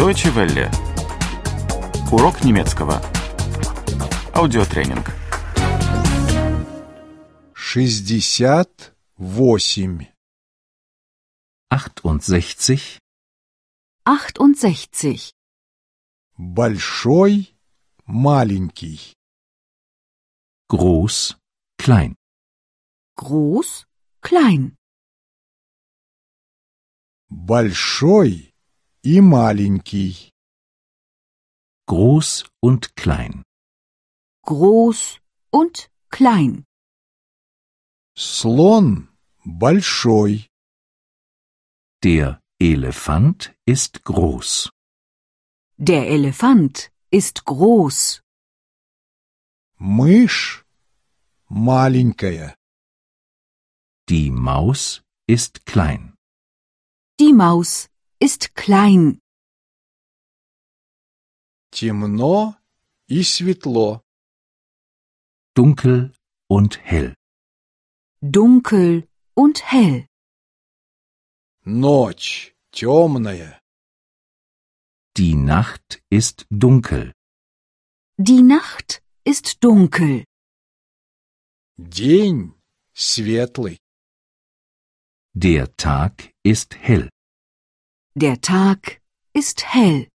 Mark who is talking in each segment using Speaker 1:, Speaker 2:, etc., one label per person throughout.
Speaker 1: Deutsche Welle. Урок немецкого. Аудиотренинг.
Speaker 2: 68.
Speaker 3: 68
Speaker 4: 68.
Speaker 2: Большой, маленький.
Speaker 3: groß, klein,
Speaker 4: Groß, klein.
Speaker 2: Большой и маленький.
Speaker 3: groß und klein,
Speaker 4: Groß und klein.
Speaker 2: Слон большой.
Speaker 3: der Elefant ist groß,
Speaker 4: Der Elefant ist groß.
Speaker 2: Мышь маленькая.
Speaker 3: die Maus ist klein,
Speaker 4: Die Maus ist klein.
Speaker 2: Темно и светло.
Speaker 3: dunkel und hell,
Speaker 4: Dunkel und hell.
Speaker 2: Ночь темная.
Speaker 3: die Nacht ist dunkel,
Speaker 4: Die Nacht ist dunkel.
Speaker 2: День светлый.
Speaker 3: der Tag ist hell,
Speaker 4: Der Tag ist hell.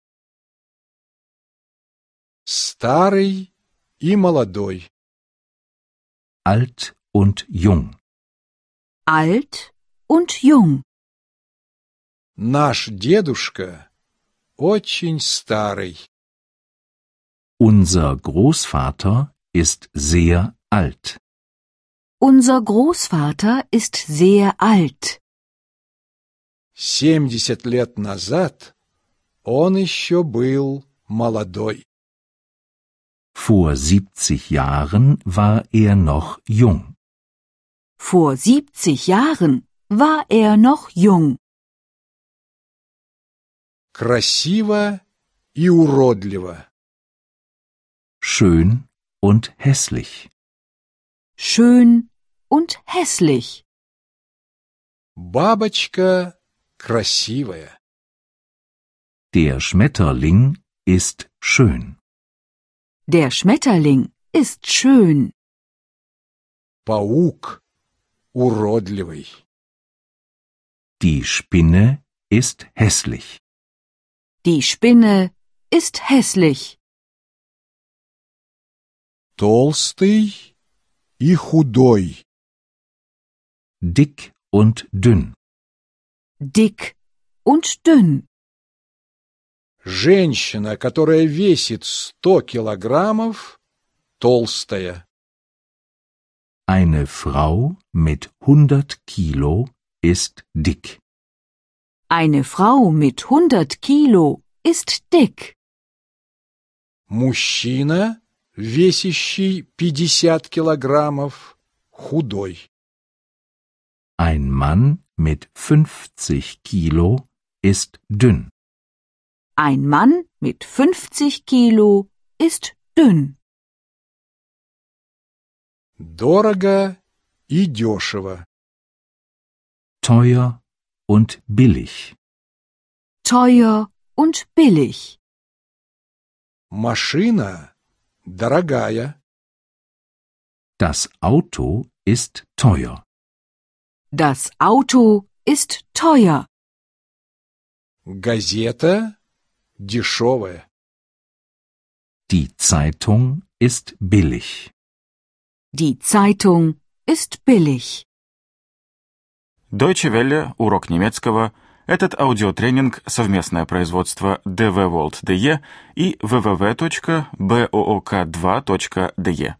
Speaker 2: Старый и молодой.
Speaker 3: alt und jung,
Speaker 4: Alt und jung.
Speaker 2: Наш дедушка очень старый.
Speaker 3: unser Großvater ist sehr alt,
Speaker 4: Unser Großvater ist sehr alt.
Speaker 2: 70 лет назад он еще был молодой.
Speaker 3: vor 70 Jahren war er noch jung,
Speaker 4: Vor 70 Jahren war er noch jung.
Speaker 2: Красиво и уродливо.
Speaker 3: schön und hässlich.
Speaker 4: Schön und hässlich.
Speaker 2: Бабочка красивая.
Speaker 3: Der Schmetterling ist schön.
Speaker 4: Der Schmetterling ist schön.
Speaker 2: Паук уродливый.
Speaker 3: Die Spinne ist hässlich.
Speaker 4: Die Spinne ist hässlich.
Speaker 2: Толстый и худой.
Speaker 3: Dick und dünn.
Speaker 4: Dick und dünn.
Speaker 2: Женщина, которая весит 100 килограммов, толстая.
Speaker 3: Eine Frau mit 100 Kilo ist dick.
Speaker 4: Eine Frau mit 100 Kilo ist dick.
Speaker 2: Мужчина, весящий 50 килограммов, худой.
Speaker 3: Ein Mann mit 50 Kilo ist dünn.
Speaker 4: Ein Mann mit 50 Kilo ist dünn.
Speaker 2: Дорого и дешево.
Speaker 3: Teuer und billig.
Speaker 4: Teuer und billig.
Speaker 2: Машина дорогая.
Speaker 3: Das Auto ist teuer.
Speaker 4: Das Auto ist teuer.
Speaker 2: Газета дешевая.
Speaker 3: Die Zeitung ist billig.
Speaker 4: Die Zeitung ist billig.
Speaker 1: Deutsche Welle. Урок немецкого. Этот аудиотренинг – совместное производство DW World DE и www.book2.de.